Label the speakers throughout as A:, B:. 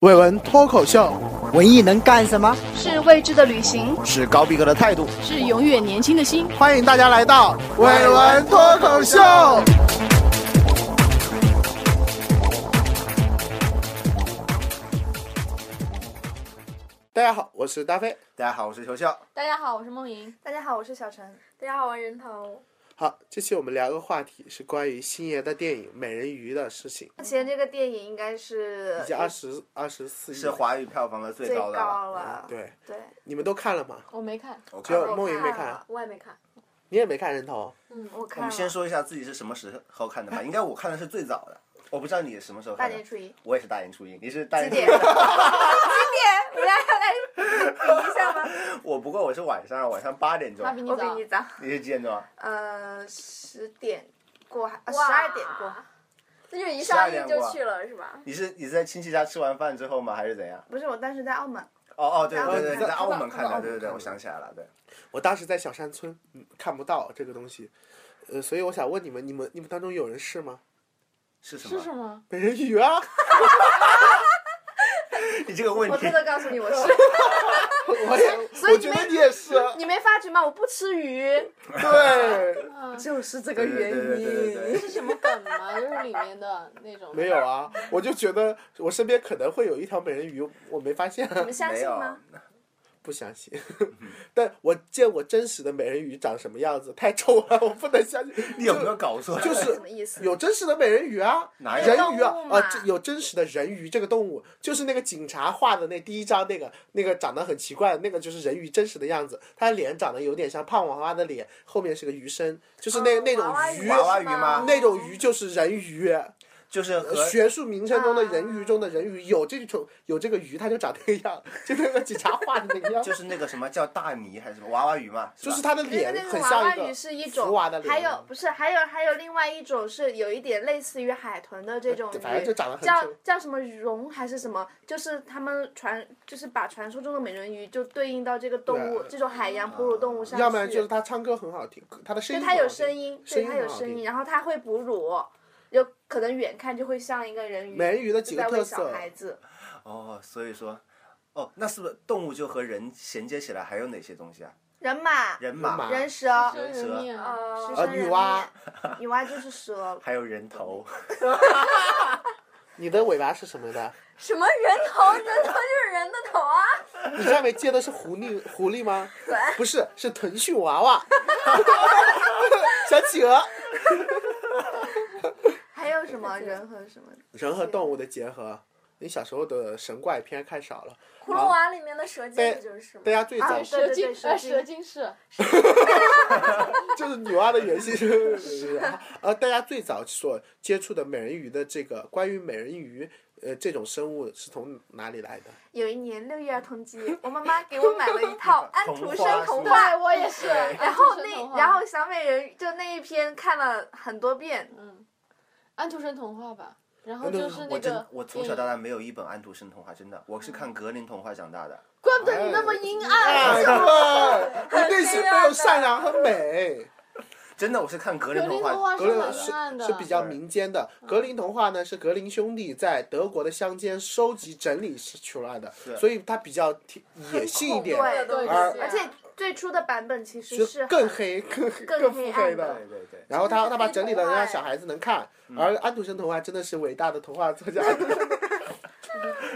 A: 伟文脱口秀，
B: 文艺能干什么？
C: 是未知的旅行，
D: 是高逼格的态度，
E: 是永远年轻的心。
A: 欢迎大家来到伟文脱口秀。大家好，我是大飞。
D: 大家好，我是球笑。
F: 大家好，我是梦莹。
G: 大家好，我是小陈。
H: 大家好，我是人头。
A: 好，这期我们聊个话题是关于星爷的电影《美人鱼》的事情。
G: 目前这个电影应该是
A: 已经二十二十四亿
D: 呃是
A: 了，
D: 华语票房的最
G: 最
D: 高的了，
G: 高了。
A: 对，
G: 对，
A: 你们都看了吗？
F: 我没看，
D: 我
A: 只
D: 看
A: 有
D: 了。
A: 梦莹没看
G: 了，
H: 我也没看，
A: 你也没看人头。
G: 我
D: 我
G: 看
D: 们
G: 了。
D: 先说一下自己是什么时候看的吧，应该我看的是最早的，我不知道你是什么时候
G: 大
D: 看的
G: 年。初一，
D: 我也是大年初一，你是大年
G: 几
D: 初
G: 点？
D: 一，
G: 几点？哎我俩 要来比一下吗？
D: 我不过我是晚上，晚上八点钟
F: 他。比你
G: 我比
F: 早。
G: 你早，
D: 你是几点钟啊？
G: 呃，十点过还，十
H: 哇
G: 二点过，
H: 这就是一
D: 上
H: 上
D: 映
H: 映
D: 就
H: 就
D: 去
H: 去了是吧？
D: 你是你是在亲戚家吃完饭之后吗？还是怎样？
G: 不是我当时在澳门，
D: 哦哦，对对对，
A: 在
D: 你在澳门
A: 在
D: 看
A: 澳
D: 的，
A: 门
D: 对对
A: 看
D: 对，
A: 的
D: 我想起来了，对。
A: 我当时在小山村，嗯看不到这个东西，呃，所以我想问你们，你们你们当中有人是吗？
D: 是什
F: 是什
D: 么？
F: 么？
A: 美人鱼啊！
D: 你这个问
H: 我
D: 题
H: 偷，偷告诉你，我是
A: 我也，我觉得你也是啊，
H: 你没发觉吗？我不吃鱼，
A: 对，
G: 就是这
D: 对对对对对对。
F: 是什么梗吗？就是里面的那种。
A: 没有啊，我就觉得我身边可能会有一条美人鱼，我没发现啊，
H: 你们相
D: 没
H: 信
D: 有
H: 吗？？
A: 不相信。 但我见我真实的美人鱼长什么样子，太丑了，我不能相信。
D: 你有没有搞错？
A: 就
H: 什
A: 是
H: 么意思？
A: 有真实的美人鱼啊，
D: 哪有
A: 人鱼啊
H: 动物，嘛
A: 啊，这有真实的人鱼这个动物，就是那个警察画的那第一张那个那个长得很奇怪的那个就是人鱼真实的样子，它脸长得有点像胖娃娃的脸，后面是个鱼身，就是那、
G: 嗯
H: 哦
A: 那种
H: 娃娃
A: 鱼，
D: 娃娃鱼吗？
A: 那种鱼就是人鱼，
D: 就是和
A: 学术名称中的人
G: 啊
A: 鱼中的人鱼有这种有这个鱼，它就长那个样，就那个警察画的那个样，
D: 就是那个什么叫大泥还是什么娃娃鱼嘛，
A: 就是
D: 吧
A: 它的
G: 对对
A: 脸
G: 对，那
A: 很
G: 个娃
A: 像
G: 娃
A: 一个
G: 鱼是一
A: 福
G: 种
A: 娃的，脸，
G: 还有不是还有还有另外一种是有一点类似于海豚的这种
A: 哎反正就
G: 鱼，
A: 长得很
G: 叫
A: 丑。
G: 叫什么龙还是什么？就是他们传就是把传说中的美人鱼就对应到这个动物
A: 对啊
G: 这种海洋哺乳动物上去，
A: 要不然就是它唱歌很好听，它的声
G: 就
A: 音
G: 它
A: 很
G: 有
A: 好听
G: 声音，
A: 声
G: 对
A: 音
G: 它
A: 很
G: 有
A: 好
G: 声
A: 听
G: 音，然后它会哺乳，有可能远看就会像一个人鱼，
A: 美人鱼的几个
G: 就在
A: 特
G: 喂小
A: 色，
G: 孩子。
D: 哦，所以说，哦，那是不是动物就和人衔接起来还有哪些东西啊？
G: 人马、
D: 人
A: 人
D: 马
A: 马，
G: 人蛇、
F: 生人面。
G: 狮
H: 呃，
A: 呃
G: 身
A: 女
G: 人
A: 娲
G: 面，女娲就是蛇了。
D: 还有人头，
F: 嗯
A: 你的尾巴是什么的？
H: 什么人头？人头就是人的头啊！
A: 你上面接的是狐狸， 狐狸吗？不是，是腾讯娃娃， 小企鹅，
G: 还有什么人和什么？
A: 人和动物的结合。你小时候的神怪片看少了，
H: 葫芦娃里面的蛇精不就是吗
A: 大？家 最早
G: 啊
F: 蛇精
G: 对对对，蛇
F: 呃，
G: 精
F: 蛇精是
A: 就是女娲的原型 是，是呃，大家最早所接触的美人鱼的这个关于美人鱼呃这种生物是从哪里来的？
G: 有一年六一儿童 节，我妈妈给我买了一套 《安徒生
D: 童
G: 童
D: 话
G: 话
F: 对，》，我也是。 啊
G: 然
F: 然
G: 后那然后小美人鱼就那一篇看了很多遍，
F: 嗯，安徒生童话吧。然
A: 嗯
F: 后
A: 对
F: 就是
D: 我
F: 那
D: 真
F: 个，嗯
D: 我从小到大没有一本安徒生童话，真的，我是看格林童话长大的。
F: 怪不得你那么阴暗。
A: 哎呀，你内心没有善良和美。
D: 真的，我是看格林
F: 格林
D: 童
F: 童话
A: 格
F: 是
A: 林
F: 很
A: 是
F: 阴暗的。
A: 是比较民间的。格林童话呢是格林兄弟在德国的乡间收集整理出来的
D: 是，
A: 所以它比较贴野性一点，
G: 对
F: 对，
A: 而
F: 对
G: 而且最初的版本其实
A: 就是更
G: 哎很
A: 黑、更
G: 更
A: 更腹
G: 黑暗
A: 的
G: 的。
D: 对对对，
A: 然后他他把
H: 黑
A: 整理
H: 童
A: 了
H: 话
A: 让
H: 哎
A: 小孩子能看，而安徒生童话真的是伟大的童话作家，安徒生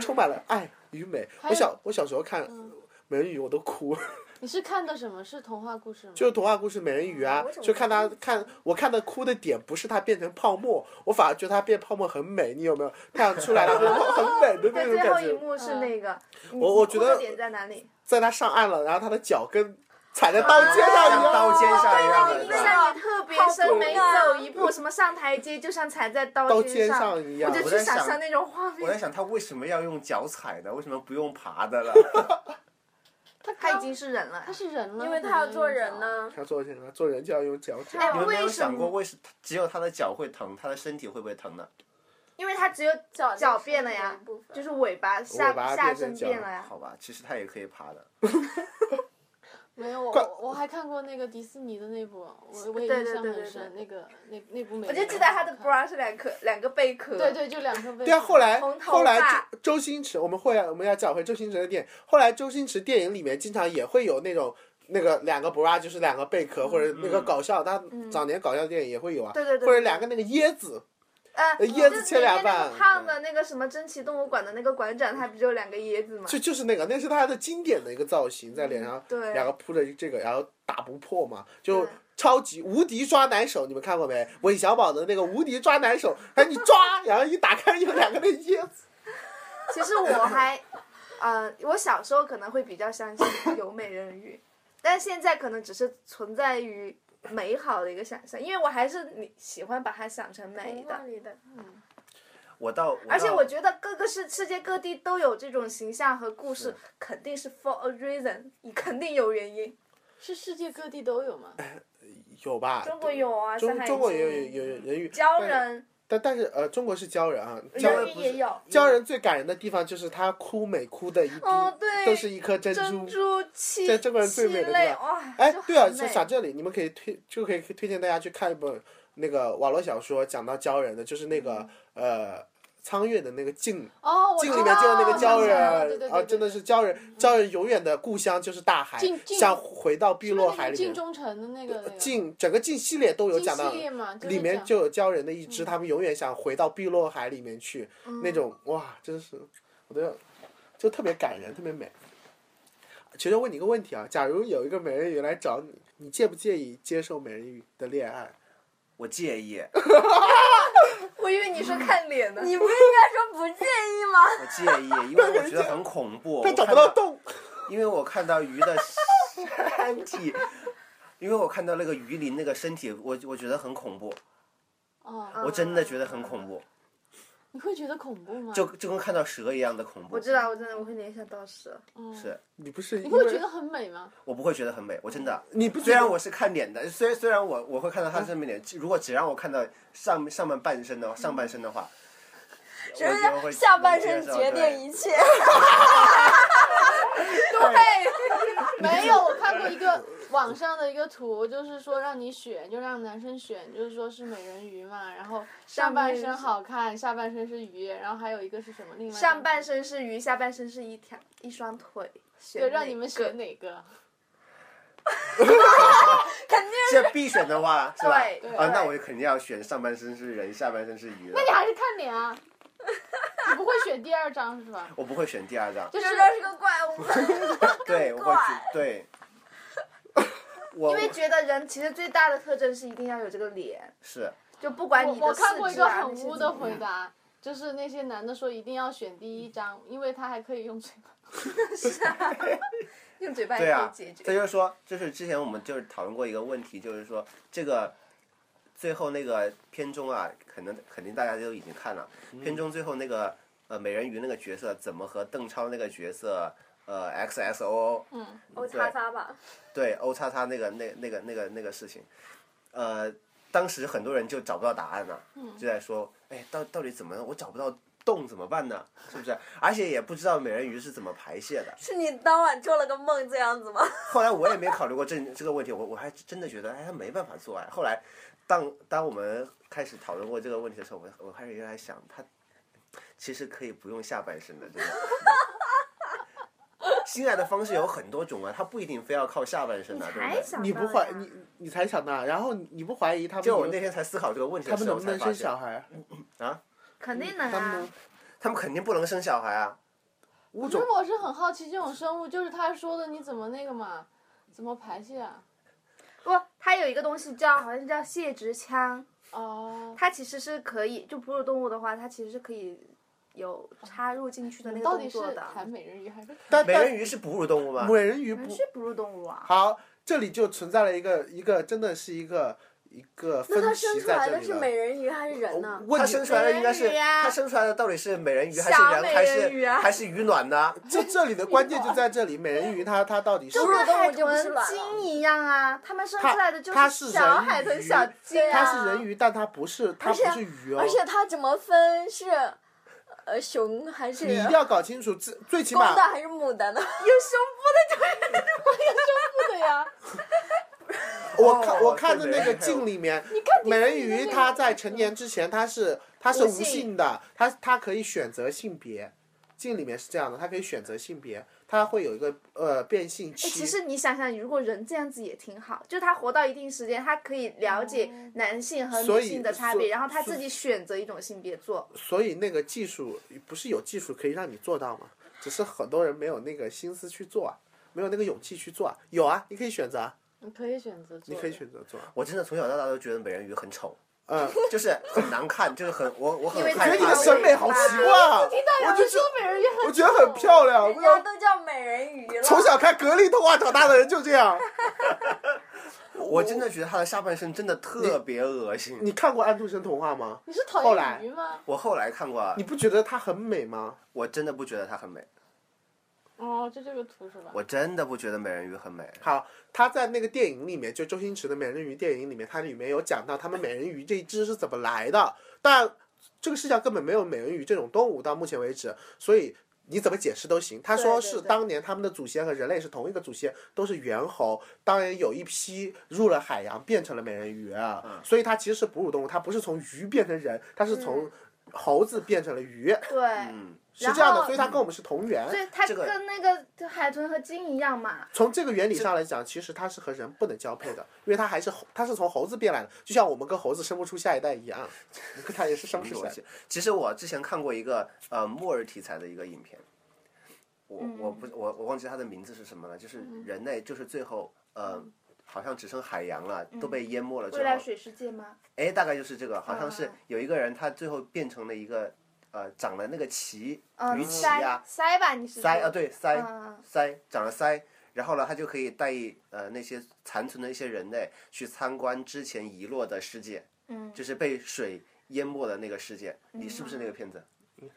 A: 充满了爱与美。
F: 还
A: 我
F: 有
A: 小我小时候看
F: 嗯
A: 美人鱼我都哭，
F: 你是看的什么？是童话故事吗？
A: 就是童话故事美人鱼啊
H: 我，怎么
A: 就看他看我看的哭的点不是它变成泡沫，我反而觉得它变泡沫很美，你有没有？太阳出来了变泡沫很美的
G: 在
A: 那种
G: 最后
A: 感
G: 一
A: 觉。
G: 幕是那个，你
A: 我我
G: 你
A: 觉
G: 哭
A: 得
G: 的点在哪里？
A: 在它上岸了，然后它的脚跟踩在刀尖上一
G: 啊哦
D: 像
A: 样。
D: 刀尖上一样的，
G: 印
D: 对吧
G: 象也特别
H: 好
G: 深，每
H: 痛啊
G: 走一步，什么上台阶就像踩在
A: 刀
G: 刀
A: 尖
G: 上，
A: 上一
G: 我
A: 样，
G: 就
D: 我
G: 去
D: 在
G: 想
D: 想
G: 象那种画
D: 我在
G: 面。
D: 想他为什么要用脚踩呢？为什么不用爬的了？
F: 他
G: 他
F: 刚
G: 已经是人了
F: 他，是人了，
H: 因为他要做人。呢。
A: 他做人啊，做人就要用脚趾。
G: 哎
D: 你们没有
G: 为什
D: 想过
G: 么
D: 为什只有他的脚会疼，他的身体会不会疼呢？
G: 因为他只有
H: 脚
G: 脚变了呀，就是是尾巴
A: 尾
G: 下
A: 巴
G: 下
A: 变成
G: 身
A: 脚
G: 变了呀。
D: 好吧，其实他也可以爬的。
F: 没有，我我还看过那个迪士尼的那部，我我也
G: 对
F: 印
G: 对
F: 象
G: 对
F: 很
G: 对
F: 深。
G: 对
F: 那个那那部美，
G: 我就记得他的 bra 是两颗两个贝壳。
F: 对对，就两颗贝。
A: 对啊，后来
H: 红头
A: 后来
H: 发
A: 周周星驰，我们会我们要讲回周星驰的电影。后来周星驰电影里面经常也会有那种那个两个 bra 就是两个贝壳，或者那个搞笑，他早年搞笑电影也会有啊，
G: 嗯对对对
A: 或者两个那个椰子，
G: 呃，
A: 呃椰子切两半
G: 就是里面那个胖的那个什么珍奇动物馆的那个馆长，他不就有两个椰子吗？
A: 就就是那个，那是他的经典的一个造型，在脸上
G: 嗯对
A: 两个铺着这个，然后打不破嘛，就
G: 对
A: 超级无敌抓奶手，你们看过没？韦小宝的那个无敌抓奶手，哎，你抓，然后一打开有两个那椰子，
G: 其实我还，呃，我小时候可能会比较相信有美人鱼，但现在可能只是存在于美好的一个想象，因为我还是你喜欢把它想成美
H: 童话
G: 的。
H: 里的，
D: 我到
G: 而且
D: 到
G: 我觉得各个世世界各地都有这种形象和故事，肯定是 for a reason，肯定有原因。
F: 是世界各地都有吗？
A: 有吧？
G: 中国有啊，山
A: 中
G: 海
A: 中国
G: 经
A: 也有有有有人鱼，
G: 鲛
A: 但是
G: 人，
A: 但但是呃，中国是鲛人啊，鲛
G: 人
A: 人
G: 鱼
D: 不
G: 也
D: 是
G: 有。
A: 鲛人最感人的地方就是他哭每哭的一滴、
G: 哦对
A: 嗯都是一颗珍珠。
G: 珍珠气
A: 这中国人最美的地
G: 气
A: 方
G: 类哇！
A: 哎
G: 就，
A: 对啊，
G: 很
A: 就
G: 美
A: 想这里，你们可以推就可以推荐大家去看一本那个网络小说，讲到鲛人的，就是那个、呃苍月的那个镜
F: 嗯哦，我
A: 镜
F: 知
A: 里面就有那个
F: 道
A: 鲛
F: 我
A: 人
F: 想起来了对对对嗯
A: 啊，真的是鲛人，鲛人永远的故乡就是大海
F: 镜，镜
A: 想回到碧落海
F: 那个
A: 里
F: 镜
A: 面。
F: 中城的那个那个
A: 镜整个镜系列都有
F: 镜
A: 讲到
F: 啊系，列嘛，就是
A: 里面
F: 讲嗯
A: 就有鲛人的一只，他们永远想回到碧落海里面去，那种哇，真是我都要，就特别感人，特别美。球球问你一个问题啊，假如有一个美人鱼来找你，你介不介意接受美人鱼的恋爱？
D: 我介意，
G: 我以为你说看脸 呢。
H: 你不应该说不介意吗？
D: 我介意，因为我觉得很恐怖。
A: 他
D: 我
A: 找不
D: 看
A: 到洞，
D: 因为我看到鱼的身体，因为我看到那个鱼鳞那个身体，我我觉得很恐怖，
F: 哦，
D: 我真的觉得很恐怖，
F: 你会觉得恐怖吗？
D: 就就跟看到蛇一样的恐怖。
G: 我知道，我真的我会联想到蛇。
F: 嗯
D: 是
A: 你不是
F: 你
A: 因
F: 会觉
A: 为
F: 得很美 吗？
D: 我不会觉得很美，我真的。
A: 你不觉
D: 虽然
A: 得
D: 我是看脸的，虽虽然我我会看到它上面脸，如果只让我看到上上半半身的上半身的话，我
H: 只
D: 就会
H: 是下半身
D: 接受
H: 决
D: 对
H: 定 一切。
F: 没有，我看过一个网上的一个图，就是说让你选，就让男生选，就是说是美人鱼嘛，然后上半身好看，下半身是鱼，然后还有一个是什么？另外一个
G: 上半身是鱼，下半身是一条一双腿。
F: 对，
G: 选
F: 让
G: 哪
F: 你们
G: 个
F: 选哪个？
D: 这必选的话是吧？
G: 对对
D: 啊，那我肯定要选上半身是人，下半身是鱼了
F: 那。你还是看脸啊， 你不会选第二张是吧？
D: 我不会选第二张，
F: 就是
H: 这个是个怪物，
D: 对，我会选 对。我
G: 因为觉得人其实最大的特征是一定要有这个脸，
D: 是
G: 就不管
F: 我
G: 你
F: 我
G: 的
F: 看过
G: 四
F: 一
G: 肢
F: 个
G: 啊
F: 很污的回答，就是那些男的说一定要选第一张，因为他还可以用嘴巴。
G: 用嘴巴
D: 对
G: 也可
D: 啊
G: 以解，决。
D: 这就是说，就是之前我们就是讨论过一个问题，就是说这个最后那个片中啊，可能肯定大家都已经看了，片中最后那个呃美人鱼那个角色怎么和邓超那个角色呃 X S O O
F: 嗯，
H: 我擦擦吧。
D: 对 O 叉叉那个那那个那个那个事情，呃，当时很多人就找不到答案了，就在说，哎，到到底怎么我找不到洞怎么办呢？是不是？而且也不知道美人鱼是怎么排泄的。
H: 是你当晚做了个梦这样子吗？
D: 后来我也没考虑过这这个问题，我我还真的觉得，哎，他没办法做啊。后来当当我们开始讨论过这个问题的时候，我我开始就在想，他其实可以不用下半身的，真的。性爱的方式有很多种啊，他不一定非要靠下半身
G: 你
D: 啊，对不对
G: 才？想
A: 你不
G: 到
A: 怀
G: 呀
A: 你你才想到，然后你你不怀疑他们
D: 就我
A: 能
D: 那天才思考这个问题
A: 他
D: 的
A: 们
D: 时
A: 能
D: 候，
A: 不
D: 才
A: 能
D: 发
A: 生小
D: 现
A: 孩？
G: 肯定能
A: 他们能
G: 啊，
D: 他们肯定不能生小孩啊。
A: 物
F: 可
A: 种
F: 是我是很好奇这种生物，就是他说的你怎么那个嘛，怎么排泄啊？
G: 不，它有一个东西叫好像叫泄殖腔，
F: 哦，
G: 它其实是可以，就哺乳动物的话，它其实是可以有插入进去的那个
F: 嗯到底
G: 动
F: 是
G: 作的。
F: 谈美人鱼还是
A: 但
D: 美人
A: 但
D: 鱼是哺乳动物吗？
A: 美人鱼
G: 人
A: 不
G: 是哺乳动物啊，
A: 好，这里就存在了一个一个真的是一个一个分
H: 那它生
A: 歧
H: 出
A: 在
H: 来
A: 这
H: 的
A: 里
H: 是
A: 了
H: 美人鱼还是人呢？
A: 问
D: 它
A: 题
D: 生出来的应该
G: 美
D: 是
G: 人鱼啊
D: 它生出来的到底是美人鱼还
G: 小
D: 是人还
G: 美人鱼
D: 是
G: 啊
D: 还是鱼卵呢？
A: 这这里的关键就在这里，美人鱼它它到底是
G: 就
H: 哺
G: 跟
H: 乳动
G: 海
H: 物就不是
G: 豚、
H: 卵了
G: 鲸一样啊，它们生出
A: 它
G: 来的就
A: 它是
G: 小
A: 人
G: 海豚、
A: 鱼
G: 小鲸
H: 对
G: 啊。
A: 它是人鱼，但它不是它
H: 而
A: 不
H: 且
A: 是鱼哦
H: 而。且它怎么分是，呃，熊还是
A: 你一定要搞清楚，最最起
H: 公的
A: 码
H: 还是母的
G: 有
H: 呢？
G: 胸部的就
F: 不得
H: 呀、
A: 我看我看的
D: 哦
A: 那
D: 对
A: 个
D: 对对
A: 镜里面，美人鱼她在成年之前她是她是无
G: 无性
A: 性的，她她可以选择性别。镜里面是这样的，她可以选择性别，她会有一个呃变性期。
G: 其实你想想，如果人这样子也挺好，就他活到一定时间，他可以了解男性和
A: 所
G: 女
A: 以
G: 性的差
A: 所
G: 别，然后他
A: 所
G: 自己选择一种性别做。
A: 所以那个技术不是有技术可以让你做到吗？只是很多人没有那个心思去做啊，没有那个勇气去做啊。有啊，你可以选择啊，
F: 你可以选择做，
A: 你可以选择做啊。
D: 我真的从小到大都觉得美人鱼很丑，
A: 嗯，
D: 就是很难看，就是很我我很
G: 因为
A: 我
D: 害
A: 觉
D: 怕。
A: 得你的审美好奇怪啊！我就觉
F: 说美人鱼很
A: 我觉得很漂亮，不
H: 人
A: 知道
H: 家都叫美人鱼了。
A: 从小看格力动画长大的人就这样。
D: 我真的觉得他的下半身真的特别恶心。
A: 你看过安徒生童话吗？
F: 你是讨
A: 后来
F: 厌鱼吗？
D: 我后来看过啊
A: 你，不觉得她很美吗？
D: 我真的不觉得她很美，
F: 哦，就这个图是吧？
D: 我真的不觉得美人鱼很美。
A: 好，她在那个电影里面，就周星驰的《美人鱼》电影里面，它里面有讲到他们美人鱼这一只是怎么来的，但这个世界上根本没有美人鱼这种动物，到目前为止，所以。你怎么解释都行。他说
G: 对对
A: 是
G: 对
A: 当年他们的祖先和人类是同一个祖先，都是猿猴。当然有一批入了海洋变成了美人鱼啊，所以它其实是哺乳动物，它不是从鱼变成人，它是从猴子变成了鱼，
G: 对，
D: 嗯，
A: 是这样
G: 嗯然
A: 的。
G: 后
A: 所以它跟我们是同源。
G: 所以他
D: 这个
G: 跟那个海豚和鲸一样嘛。
A: 从这个原理上来讲，其实它是和人不能交配的，因为它还是猴，它是从猴子变来的，就像我们跟猴子生不出下一代一 样，它也是生不出
D: 我
A: 来。
D: 记其实我之前看过一个呃末日题材的一个影片，我我
G: 嗯
D: 不我我忘记它的名字是什么了，就是人类就是最后呃好像只剩海洋了，都被淹没了之
G: 嗯未来
D: 后，
G: 水世界吗？
D: 哎，大概就是这个，好
A: 嗯
D: 像是
G: 啊
D: 有一个人他最后变成了一个呃长了那个鳍鱼
G: 嗯，
D: 鳍啊
G: 鳃鳃吧，你是
D: 鳃啊
G: 说
D: 对鳃
G: 嗯嗯
D: 鳃长了鳃，然后呢他就可以带呃那些残存的一些人类去参观之前遗落的世界，
G: 嗯，
D: 就是被水淹没的那个世界，你是不是那
A: 嗯
D: 个片子？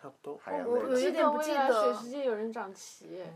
A: 差不多。
D: 海洋
G: 我
D: 那
G: 我
D: 个
G: 有点不记得
F: 水世界有人长鳍，
D: 啊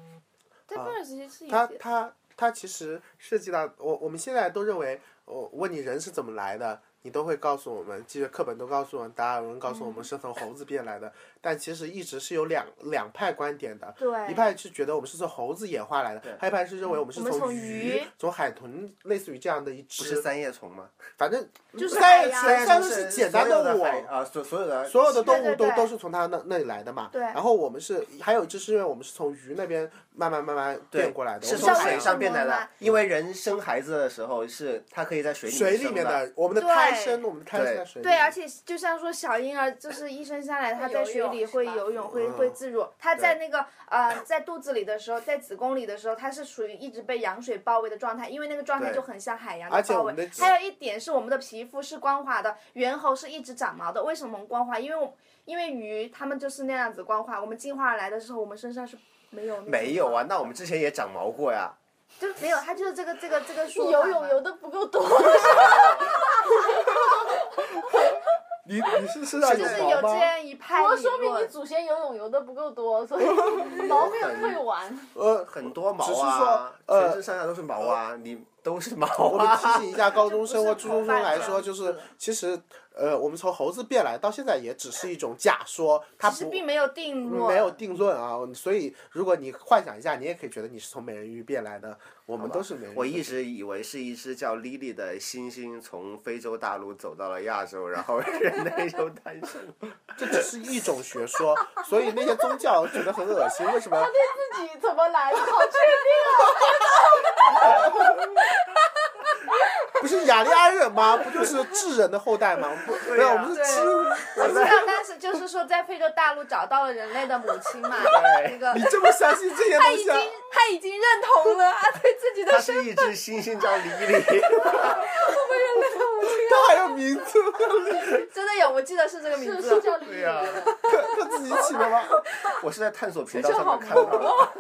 G: 对，不是其实是
A: 它它它其实涉及到我我们现在都认为，我、问你人是怎么来的，你都会告诉我们，这些课本都告诉我们，达尔文告诉我们是从猴子变来
D: 嗯
A: 的， 但其实一直是有两两派观点的。
G: 对嗯
A: 一派是觉得我们是从猴子演化来的，还有一派是认为我们是
G: 我们
A: 从
G: 从
A: 鱼、
G: 鱼
A: 从海豚，类似于这样的一
D: 不是
A: 只，
D: 三叶虫吗？
A: 反正
G: 就是
A: 三叶三叶
G: 海洋
D: 但
A: 虫是简单动物，哦
D: 啊，所所有的
A: 所有的动物
G: 嗯对
A: 都
G: 对对
A: 都是从它那那里来的嘛。
G: 对
A: 然后我们是还有一只是因为我们是从鱼那边慢慢慢慢变过来的，
D: 是
A: 我
D: 从
A: 们
G: 知道
D: 水
G: 为什
D: 上变
G: 么
D: 来的
G: 吗，
D: 因为人生孩子的时候是它可以在水里
A: 水里
D: 生
A: 面
D: 的，
A: 的，我们的
G: 对
A: 胎生，我们的胎生
D: 对
A: 在水里面。
G: 对，而且就像说小婴儿，就是一生下来他在水里会游
H: 游
G: 泳，会
A: 嗯
G: 会自如。他在那个呃在肚子里的时候，在子宫里的时候，他是属于一直被羊水包围的状态，因为那个状态
D: 对
G: 就很像海洋
A: 而
G: 的
A: 且
G: 包
A: 我
G: 围
A: 们的。
G: 还有一点是我们的皮肤是光滑的，猿猴是一直长毛的。为什么光滑？因为我因为鱼它们就是那样子光滑，我们进化来的时候，我们身上是没有那种
D: 没有
G: 毛
D: 啊？，那我们之前也长毛过呀。
G: 就没有，它就是这个这个这个说
H: 你
G: 法
H: 游
G: 嘛
H: 泳游的不够多，
A: 你你是身上
G: 就是
A: 毛
G: 有这
A: 吗？
G: 样一派理
F: 我
G: 论，
F: 说明你祖先游泳游的不够多， 所以毛没有退完。
A: 呃，
D: 很多毛
A: 只是
D: 啊
A: 说，呃
D: 全身上下都是毛啊，你都是毛
A: 我
D: 啊
A: 们。提醒一下高中生或初
G: 这不是
A: 中生
G: 同伴
A: 来
G: 这
A: 说，
G: 样
A: 就是其实呃，我们从猴子变来到现在也只是一种假说，它
G: 其实
A: 不
G: 并没有定论，
A: 嗯没有定论啊。所以如果你幻想一下，你也可以觉得你是从美人鱼变来的，我们都是美人鱼。
D: 我一直以为是一只叫 Lily 的猩猩从非洲大陆走到了亚洲，然后人类又诞生 了。
A: 这只是一种学说，所以那些宗教觉得很恶心。为什么？
F: 自己怎么来的？好确
A: 不是雅利安人吗？不就是智人的后代吗？不，没有，我们是
G: 对
A: 智。
G: 我知道，但是就是说在非洲大陆找到了人类的母亲嘛， 那个
A: 你这么相信这些东西、啊？
H: 他已经认同了，他对自己的
D: 它是一只猩猩叫 Lily，
A: 他还有名字，
G: 真的有，我记得是这个名
F: 是
G: 字
F: 是。叫李
D: 对呀
F: 宇
A: 他自己起的吗？
D: 我是在探索频道上面看到的。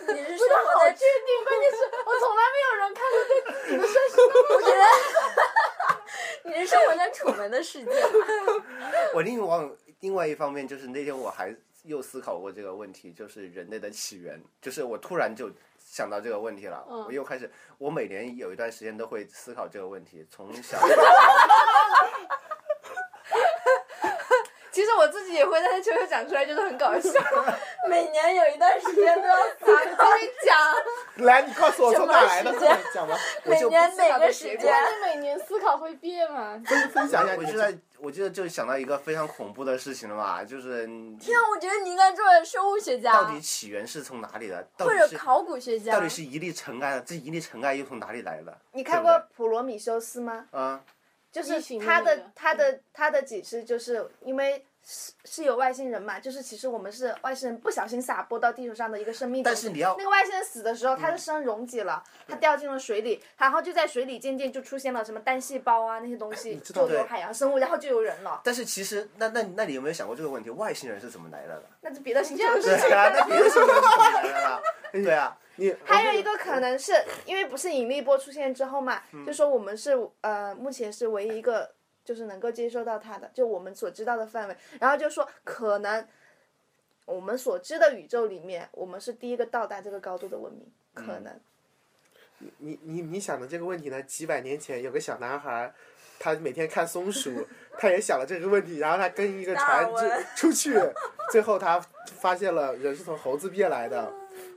H: 你是生活在
F: 确定，关键是我从来没有人看过对自己的身世。
H: 我觉得你是生活在楚门的世界吧，
D: 我另往另外一方面就是那天我还又思考过这个问题，就是人类的起源，就是我突然就想到这个问题了，
F: 嗯
D: 我又开始，我每年有一段时间都会思考这个问题，从小
G: 其实我自己也会，但是秋 秋讲出来就是很搞笑。
H: 每年有一段时间都要撒
G: 我跟你讲，
A: 来，你告诉我从哪来的？
H: 什
A: 快
H: 么时间
A: 点讲吧，
D: 我
H: 每
D: 就
H: 年每个
G: 结果
H: 时间，
F: 你每年思考会变吗？
A: 分 分享一下
D: 我
A: 你
D: 就
A: 的。
D: 在，我就就想到一个非常恐怖的事情了嘛，就是
H: 天啊，我觉得你应该做生物学
D: 到
H: 家
D: 底，起源是从哪里的？到
H: 或
D: 底
H: 者
D: 是
H: 考古学家
D: 到。底是一粒尘埃？这一粒尘埃又从哪里来的？
G: 你
D: 对
G: 看
D: 不对
G: 过《普罗米修斯》吗？
D: 啊？
G: 就是
F: 异形的
G: 他
F: 那
G: 的
F: 个
G: 他
D: 嗯
G: 的他的解释，就是因为是是有外星人嘛，就是其实我们是外星人不小心撒播到地球上的一个生命种
D: 但
G: 子。
D: 是你嗯要
G: 那个外星人死的时候，他的身溶解了，他掉进了水里，然后就在水里渐渐就出现了什么单细胞啊那些东西，
A: 道
G: 就有
D: 对
G: 海洋生物，然后就有人了。
D: 但是其实，那那那你有没有想过这个问题？外星人是怎么来的呢？
G: 那就别的星球的事
D: 对
G: 情。
D: 啊，那别的星球是怎么来的呢？对啊，
A: 你
G: 还有一个可能是因为不是引力波出现之后嘛，就说我们是呃目前是唯一一个就是能够接受到它的，就我们所知道的范围。然后就说可能我们所知的宇宙里面，我们是第一个到达这个高度的文明，可能。
A: 你你你想的这个问题呢？几百年前有个小男孩儿，他每天看松鼠，他也想了这个问题，然后他跟一个
H: 达尔
A: 船就
H: 文
A: 出去，最后他发现了人是从猴子变来的。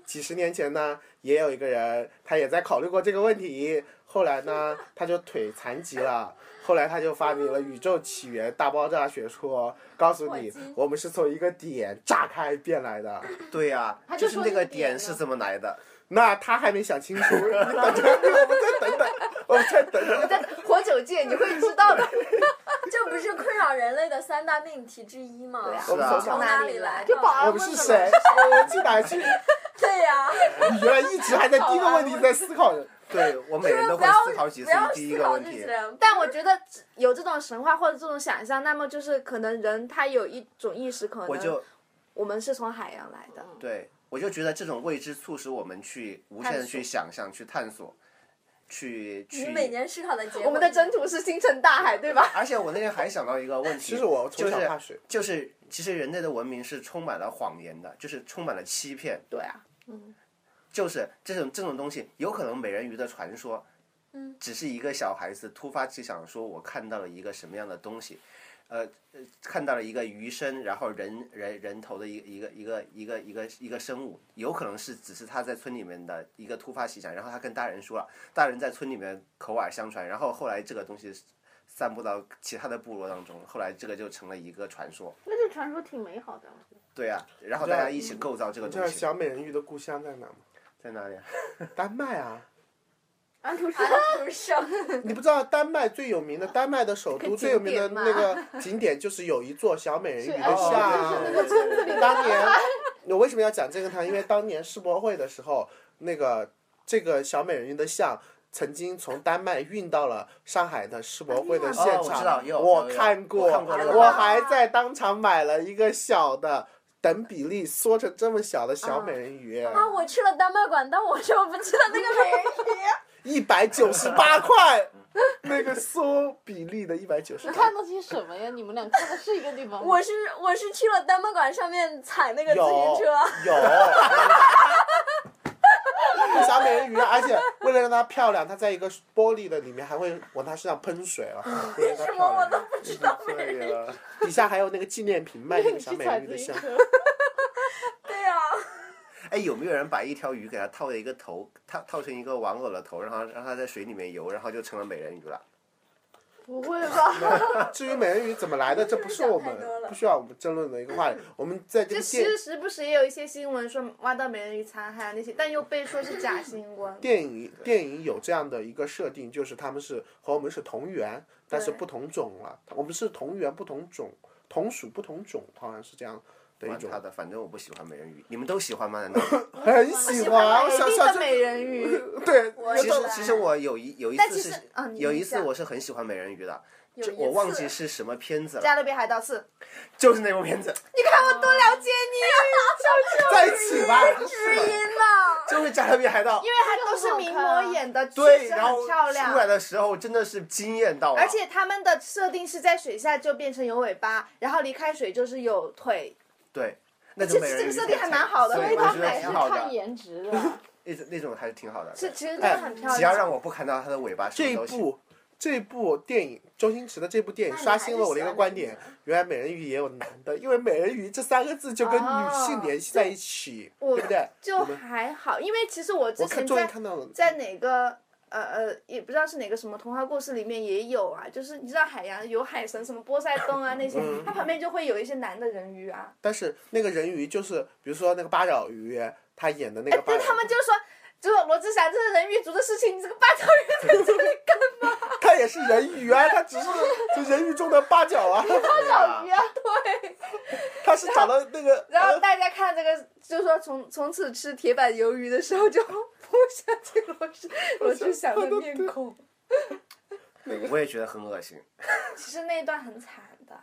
A: 几十年前呢，也有一个人，他也在考虑过这个问题。后来呢，他就腿残疾了。后来他就发明了宇宙起源大爆炸学说，告诉你
H: 火鸡
A: 我们是从一个点炸开变来的。
D: 对呀、
F: 他
D: 就
F: 就是说
D: 那
F: 那
D: 个
F: 个
D: 点
F: 点
D: 是
F: 呢
D: 怎么来的？
A: 那他还没想清楚，你等着，我们再等等，我们再等等。
G: 活久见，你会知道的。
H: 这不是困扰人类的三大命题之一吗？
G: 对啊
A: 我们从
H: 从
A: 小
H: 哪里来？
G: 就保安
A: 我
G: 问
A: 们是
G: 什么
A: 谁？我们去哪去？你
H: 对呀、
A: 原来一直还在第一个问题在思考着。
D: 对我每
H: 就
D: 人
H: 是
D: 都
H: 不
D: 会
H: 要
D: 思考几
H: 不
D: 次
H: 要
D: 第一
H: 思
D: 个
H: 考
D: 问
H: 这
D: 题
H: 些。。
G: 但我觉得有这种神话或者这种想象，那么就是可能人他有一种意识，可
D: 我
G: 能
D: 就
G: 我们是从海洋来的。
D: 对我就觉得这种未知促使我们去无限的去想象、去探索、去去
H: 你。每年思考的结果，
G: 我们的征途是星辰大海，对吧？
D: 而且我那天还想到一个问题，
A: 其实我
D: 就
A: 从小
D: 是
A: 怕水，
D: 就是其实人类的文明是充满了谎言的，就是充满了欺骗，
G: 对啊，
D: 就是这种这种东西，有可能美人鱼的传说，
H: 嗯，
D: 只是一个小孩子突发奇想说，我看到了一个什么样的东西，呃，呃看到了一个鱼身，然后人人人头的一个一个一个一个一个一个生物，有可能是只是他在村里面的一个突发奇想，然后他跟大人说了，大人在村里面口耳相传，然后后来这个东西散布到其他的部落当中，后来这个就成了一个传说，
F: 那这传说挺美好的。
D: 对啊，然后
A: 你知
D: 大
A: 道
D: 家一起构造这个
A: 你知道
D: 东西，
A: 小美人鱼的故乡在哪吗？
D: 在哪里啊？
A: 丹麦啊！
F: 安徒生，
H: 安徒生，
A: 你不知道丹麦最有名的丹麦的首都最有名的那个景点就是有一座小美人鱼的
F: 哦
A: 像啊。 当年 我为什么要讲这个呢？因为当年世博会的时候，那个这个小美人鱼的像。曾经从丹麦运到了上海的世博会的现
D: 哦我知道
A: 场，
D: 有有有
A: 看
D: 我
A: 过，
D: 看过那个
A: 我还在当场买了一个小的等比例缩成这么小的小美人 鱼，
H: 啊，我去了丹麦馆，但我就不知道那个美人鱼。
A: 一百九十八块，那个缩比例的一百九十
F: 你
A: 八
F: 看。到些什么呀？你们俩看的是一个地方吗？
H: 我是我是去了丹麦馆上面踩那个自
A: 有
H: 行车，
A: 有。 小美人鱼，而且为了让它漂亮，它在一个玻璃的里面还会往它身上喷水啊。为什
H: 什么我都不知道。
A: 了，底下还有那个纪念品卖那
F: 你
A: 个小
F: 去
A: 美
F: 踩
A: 人鱼
F: 自
A: 的
F: 行
A: 像。
F: 车，
H: 对呀、
D: 哎，有没有人把一条鱼给它套了一个头，套套成一个玩偶的头，然后让它在水里面游，然后就成了美人鱼了？
F: 不会吧？
A: 至于美人鱼怎么来的，这不是我们
H: 想太多了
A: 不需要我们争论的一个话题。我们在这个电
G: 就其实时不时也有一些新闻说挖到美人鱼残骸啊那些，但又被说是假新闻。
A: 电影电影有这样的一个设定，就是他们是和我们是同源，但是
G: 对
A: 不同种了。我们是同源不同种，同属不同种，好像是这样的一
D: 管
A: 种
D: 他。的，反正我不喜欢美人鱼，你们都喜欢吗？难 道？
A: 很喜欢，我
G: 美
A: 想
G: 丽
A: 想
G: 的
A: 这
G: 美人鱼，
A: 对，
H: 我
D: 其
H: 也
A: 有
D: 实
A: 道理
H: 喜欢
D: 其实我有一有一
G: 但
D: 次
G: 其实
D: 是
G: 啊，你
D: 有一次
G: 讲
D: 我是很喜欢美人鱼的，
H: 有
D: 就
H: 一
D: 我忘
H: 次
D: 记是什么片子
G: 《
D: 了，
G: 加勒比海盗四》，
D: 就是那部片子，
G: 你看我多了解你，啊
A: 在一起吧，
H: 知音呐，
D: 就是《加勒比海盗》
G: 因。为他都是名模演的，
D: 对，
G: 确实
D: 然后
G: 很漂
D: 出来
G: 亮。
D: 的时候真的是惊艳到了，
G: 而且他们的设定是在水下就变成有尾巴，然后离开水就是有腿，
D: 对，那
G: 这
D: 种美人鱼
G: 这个设定还蛮好的
D: 所
F: 所
D: 以
F: 以
D: 我
F: 他
D: 觉
G: 觉得
D: 得
F: 还
D: 挺
F: 是
D: 好
F: 看
D: 的，
F: 颜值的。
D: 那种那种还是挺好的。
G: 是
D: 对
G: 其实真的很漂亮。
D: 只要让我不看到它的尾巴，什
A: 这
D: 么
A: 一
D: 都行。
A: 部啊这部电影，周星驰的这部电影
H: 那你
A: 刷
H: 还
A: 新
H: 是
A: 了我的一
H: 喜
A: 个
H: 欢
A: 观
H: 这
A: 点，原来美人鱼也有男的，因为美人鱼这三个字就跟女性联系在一起，
G: 我
A: 对不对？
G: 就
A: 我们
G: 还好，因为其实我之
A: 我看
G: 前
A: 终于
G: 在
A: 看到了，
G: 在哪个呃呃，也不知道是哪个什么童话故事里面也有啊，就是你知道海洋有海神什么波塞冬啊那些，它旁边就会有一些男的人鱼啊，
A: 但是那个人鱼就是，比如说那个八爪鱼，他演的那个八
G: 但
A: 爪
G: 他们就说。就是罗志祥，这是人鱼族的事情，你这个八爪鱼在这里
A: 鱼，他也是人鱼啊，他只 是就人鱼中的八爪啊，
G: 搞鱼啊！
A: 他是长到那个，
G: 然后大家看这个，就说从从此吃铁板鱿鱼的时候，就 扑向这个罗志罗志祥的面孔。
D: 我也觉得很恶心，
G: 其实那一段很惨的，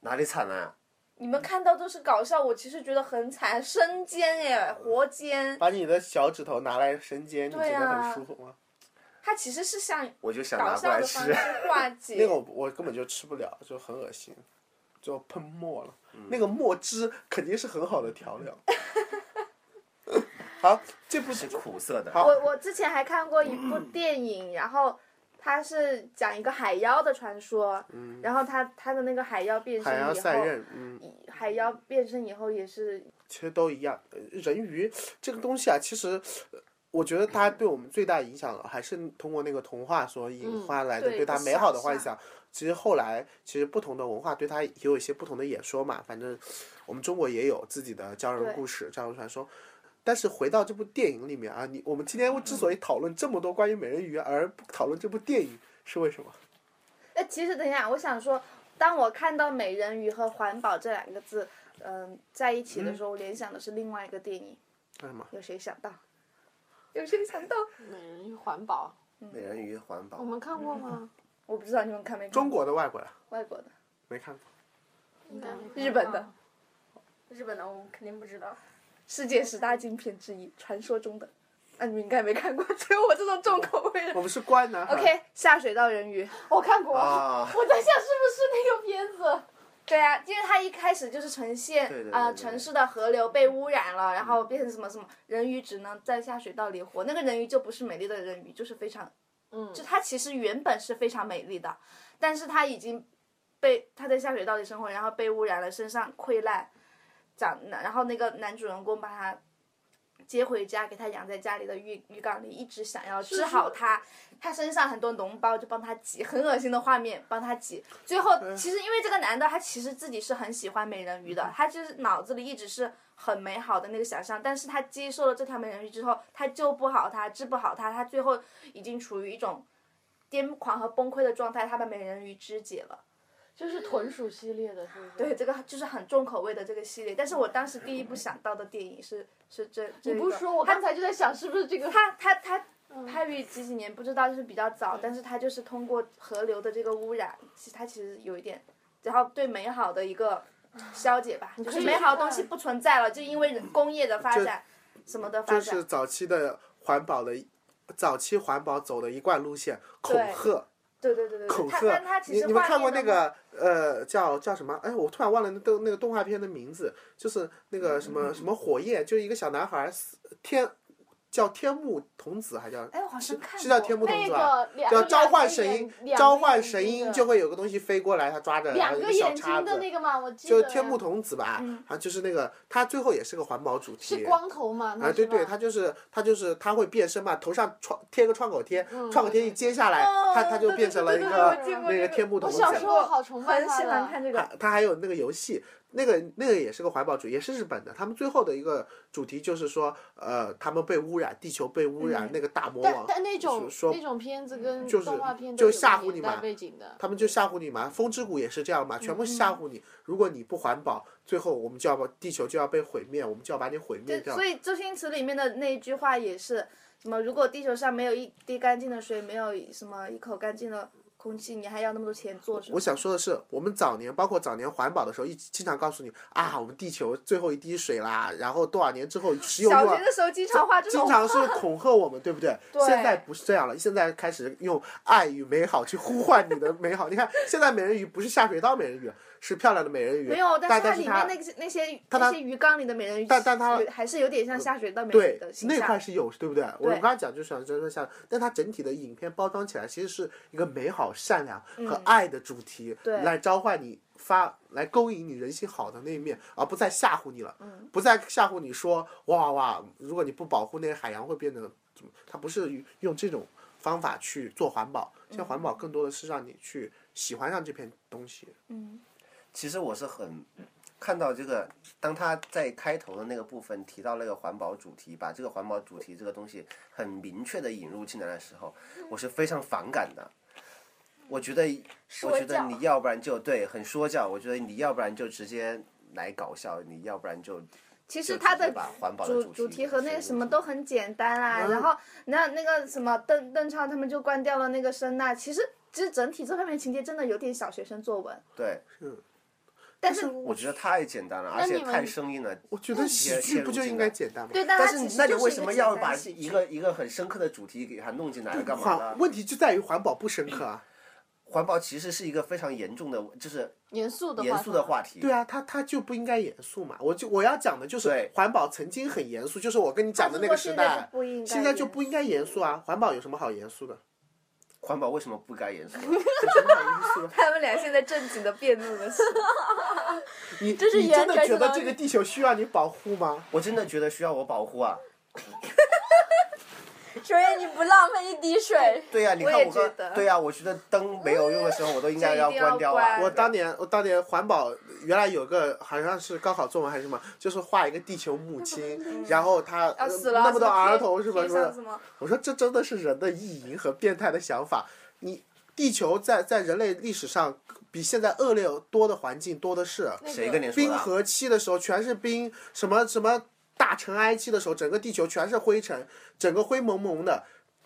D: 哪里惨了？
G: 你们看到都是搞笑，我其实觉得很惨，生煎耶，活煎，
A: 把你的小指头拿来伸肩，你觉
G: 对
A: 得很
G: 啊
A: 舒服吗？
G: 它其实是像
D: 我就想
G: 搞
D: 拿过
G: 笑
D: 来
G: 的方
D: 吃
G: 式。化解。
A: 那个我我根本就吃不了，就很恶心，就喷墨了。那个墨汁肯定是很好的调料。 好，这部
D: 是苦涩的，
A: 好
G: 我我之前还看过一部电影，然后它是讲一个海妖的传说，然后它它的那个海妖变身
A: 海
G: 以后
A: 洋，赛壬，嗯，
G: 以海妖变身以后也是
A: 其实都一样。呃人鱼这个东西啊，其实呃我觉得它对我们最大影响还是通过那个童话所引发来的
G: 嗯对
A: 对它
G: 不
A: 美好的
G: 想
A: 幻
G: 象
A: 想。其实后来，其实不同的文化对它也有一些不同的演说嘛。反正我们中国也有自己的鲛人
G: 对
A: 故事、鲛人传说。但是回到这部电影里面啊，你我们今
G: 嗯
A: 天之所以讨论这么多关于美人鱼而不讨论这部电影，是为什么？
G: 哎，其实等一下，我想说，当我看到“美人鱼”和“环保”这两个字，嗯、在一起的时候，我联想的是另外一个电影，
A: 为什么？
G: 有谁想到？有谁想到？嗯
F: 美人鱼嗯环保，
D: 美人鱼环保
F: 我，
G: 哦
F: 们看过吗？
G: 我不知道你们看没看过？
A: 中国的、外国的
G: 外国的，
A: 没看过，
H: 应该没看
G: 日本的
H: 到日本的我肯定不知道。
G: 世界十大精品之一，传说中的。那、你们应该没看过， 只有我这种重口味人。
A: 我们是关男孩。
G: OK，下水道人鱼。
F: 我看过，
D: 啊
F: 我在想是不是那个片子？
G: 对啊，因为它一开始就是呈现
D: 对对对
G: 呃
D: 对
G: 城市的河流被污染了，然后变成什么什么人鱼只能在下水道里活，那个人鱼就不是美丽的人鱼，就是非常，
F: 嗯
G: 就它其实原本是非常美丽的，但是它已经被它在下水道里生活，然后被污染了，身上溃烂，长，然后那个男主人公把它接回家，给它养在家里的浴浴缸里，一直想要治好它。它身上很多脓包，就帮它挤，很恶心的画面，帮它挤。最后，其实因为这个男的，他其实自己是很喜欢美人鱼的，他就是脑子里一直是很美好的那个想象，但是他接受了这条美人鱼之后，他救不好它，治不好它，他最后已经处于一种癫狂和崩溃的状态，他把美人鱼肢解了。
F: 就是豚鼠系列的，是不是？
G: 对，，这个就是很重口味的这个系列，但是我当时第一部想到的电影是是这这
F: 你
G: 个。
F: 不说，嗯我刚才就在想是不是这个？
G: 他他他拍于几几年不知道，就是比较早，但是他就是通过河流的这个污染，其实他其实有一点，然后对美好的一个消解吧，就是
F: 以嗯
G: 美好的
F: 去
G: 东西
F: 看
G: 不存在了，就因为人工业的发展什么的发
A: 就是
G: 展，
A: 早期的环保的，早期环保走的一贯路线，恐
G: 对
A: 吓，
G: 对对对对
A: 恐
G: 对，他
A: 吓
G: 但他。其
A: 你
G: 实
A: 你们
G: 画
A: 看过
G: 面
A: 那
G: 的话
A: 个呃叫叫什么？哎，我突然忘了那动那个动画片的名字，就是那个什么什么火焰，就是一个小男孩死天叫天幕童子，还叫
G: 哎，我好像看
A: 是叫
G: 过
A: 天幕童
F: 那
A: 子吧？
F: 个两
A: 叫
F: 个
A: 召唤
F: 两个
A: 神
F: 眼
A: 鹰，
F: 两个
A: 召唤
F: 眼
A: 神
F: 睛
A: 鹰
F: 的
A: 就会有个东西飞过来，他抓着，然后
F: 两
A: 一
F: 个
A: 小
F: 眼
A: 叉
F: 睛的
A: 子，
F: 那个嘛，我记
A: 就
F: 得
A: 是天
F: 呀
A: 幕童子吧
G: 嗯，
A: 啊，就是那个他最后也是个环保主题，
F: 是光头嘛？那
A: 啊，对
F: 是吧
A: 对，他就是他就是他会变身嘛，头上创贴个创口贴，
F: 嗯
A: 创口贴一揭下来，
G: 嗯
A: 他他就变成了一个
G: 哦对对对对对我见过
A: 那个
G: 这
A: 天幕童
F: 我
A: 子。
F: 小时候好崇拜
G: 很
F: 他
G: 喜欢
F: 的
G: 看这
A: 他
G: 个，
A: 他还有那个游戏，那个那个也是个环保主义，也是日本的。他们最后的一个主题就是说，呃，他们被污染，地球被污染，
G: 嗯
A: 那个大魔
F: 但
A: 王，
F: 但那种
A: 说嗯
F: 那种片子跟
A: 就是
F: 动画片
A: 就
F: 都有
A: 吓
F: 个
A: 唬你
F: 年代
A: 嘛
F: 背景的，
A: 他们就吓唬你嘛。风之谷也是这样嘛，全部吓唬你。如果你不环保，最后我们就要把地球就要被毁灭，我们就要把你毁灭
G: 对，
A: 掉
G: 所。以周星驰里面的那一句话也是什么？如果地球上没有一滴干净的水，没有什么一口干净的空气，你还要那么多钱做什么？
A: 我想说的是，我们早年包括早年环保的时候，一直经常告诉你啊，我们地球最后一滴水啦，然后多少年之后石油
G: 小
A: 又要
G: 学的时候经常画这
A: 经
G: 种
A: 常是恐吓我们，对不对？
G: 对
A: 现在不是这样了，现在开始用爱与美好去呼唤你的美好。你看，现在美人鱼不是下水道美人鱼，是漂亮的美人鱼，
G: 没有，
A: 但
G: 是它
A: 是
G: 里面那个那些
A: 但它
G: 那些鱼缸里的美人鱼，
A: 但但它呃
G: 有还是有点像下水道美人
A: 对
G: 鱼的形
A: 那
G: 象。
A: 块是有，对不对？我我刚才讲就是想说像，但它整体的影片包装起来其实是一个美好、善良和爱的主题，
G: 嗯对
A: 来召唤你发来勾引你人性好的那一面，而不再吓唬你了，
G: 嗯
A: 不再吓唬你说哇哇，如果你不保护那个海洋会变得怎么？它不是用这种方法去做环保，现在环
G: 嗯
A: 保更多的是让你去喜欢上这片东西。
D: 其实我是很看到这个，当他在开头的那个部分提到那个环保主题，把这个环保主题这个东西很明确的引入进来的时候，
G: 嗯
D: 我是非常反感的。我觉得，我觉得
H: 教
D: 你要不然就对很说教，我觉得你要不然就直接来搞笑，你要不然就其
G: 其实它的
D: 把环保的
G: 主
D: 题
G: 主题和那个什么
D: 都。
G: 都很简单啊，
A: 嗯
G: 然后那那个什么邓邓超他们就关掉了那个声呐，其实其实整体这方面情节真的有点小学生作文，
D: 对，
A: 嗯
G: 但是
D: 我觉得太简单了，而且
F: 你们
D: 太生硬了。
A: 我觉得喜剧不就应该简单吗？
G: 对，
D: 但
G: 它其
D: 是
G: 实
D: 那你
G: 就是
D: 为
G: 一
D: 什
G: 个
D: 么
G: 简
D: 要
G: 单
D: 把
G: 的喜
D: 一
G: 剧
D: 个一个很深刻的主题给它弄进来？干嘛
A: 环
D: 呢？
A: 问题就在于环保不深刻啊。
D: 环保其实是一个非常严重的，就是
F: 严肃的
D: 严肃的
F: 话
D: 话题。
A: 对啊，他他就不应该严肃嘛。我就我要讲的就是
D: 对
A: 环保曾经很严肃，就是我跟你
G: 它
A: 讲的
G: 如
A: 那
G: 果
A: 个时
G: 现在就
A: 代，
G: 不应该
A: 现在就
G: 演
A: 不应该严肃啊。环保有什么好严肃的？
D: 环保为什么不该严肃？
A: 有什么好严肃的？
G: 他们俩现在正经的辩论了，
A: 你
H: 这是
A: 你真
H: 原
A: 的
H: 则
A: 觉得
H: 性
A: 这个地球需要你保护 吗？
D: 我真的觉得需要我保护啊！
H: 首先你不浪费一滴水，
D: 对呀、你
G: 我
D: 看
G: 也
D: 我和
G: 觉得
D: 对呀、我觉得灯没有用的时候，我都应该
G: 这一定要
D: 关掉啊。
G: 关
A: 我当年我当年环保原来有个好像是高考作文还是什么，就是画一个地球母 亲，然后他、
G: 嗯要
A: 呃
G: 死了
A: 那么多
G: 什么
A: 儿
G: 贴
A: 童是吧
G: 贴
A: 什么
G: 上
A: 的
G: 什么
A: 我说这真的是人的意淫和变态的想法。你地球在在人类历史上比现在恶劣多的环境多的是。
D: 谁跟你说
A: 冰
D: 的啊？
A: 河期的时候全是冰，什么什么大尘埃期的时候，整个地球全是灰尘，整个灰蒙蒙的。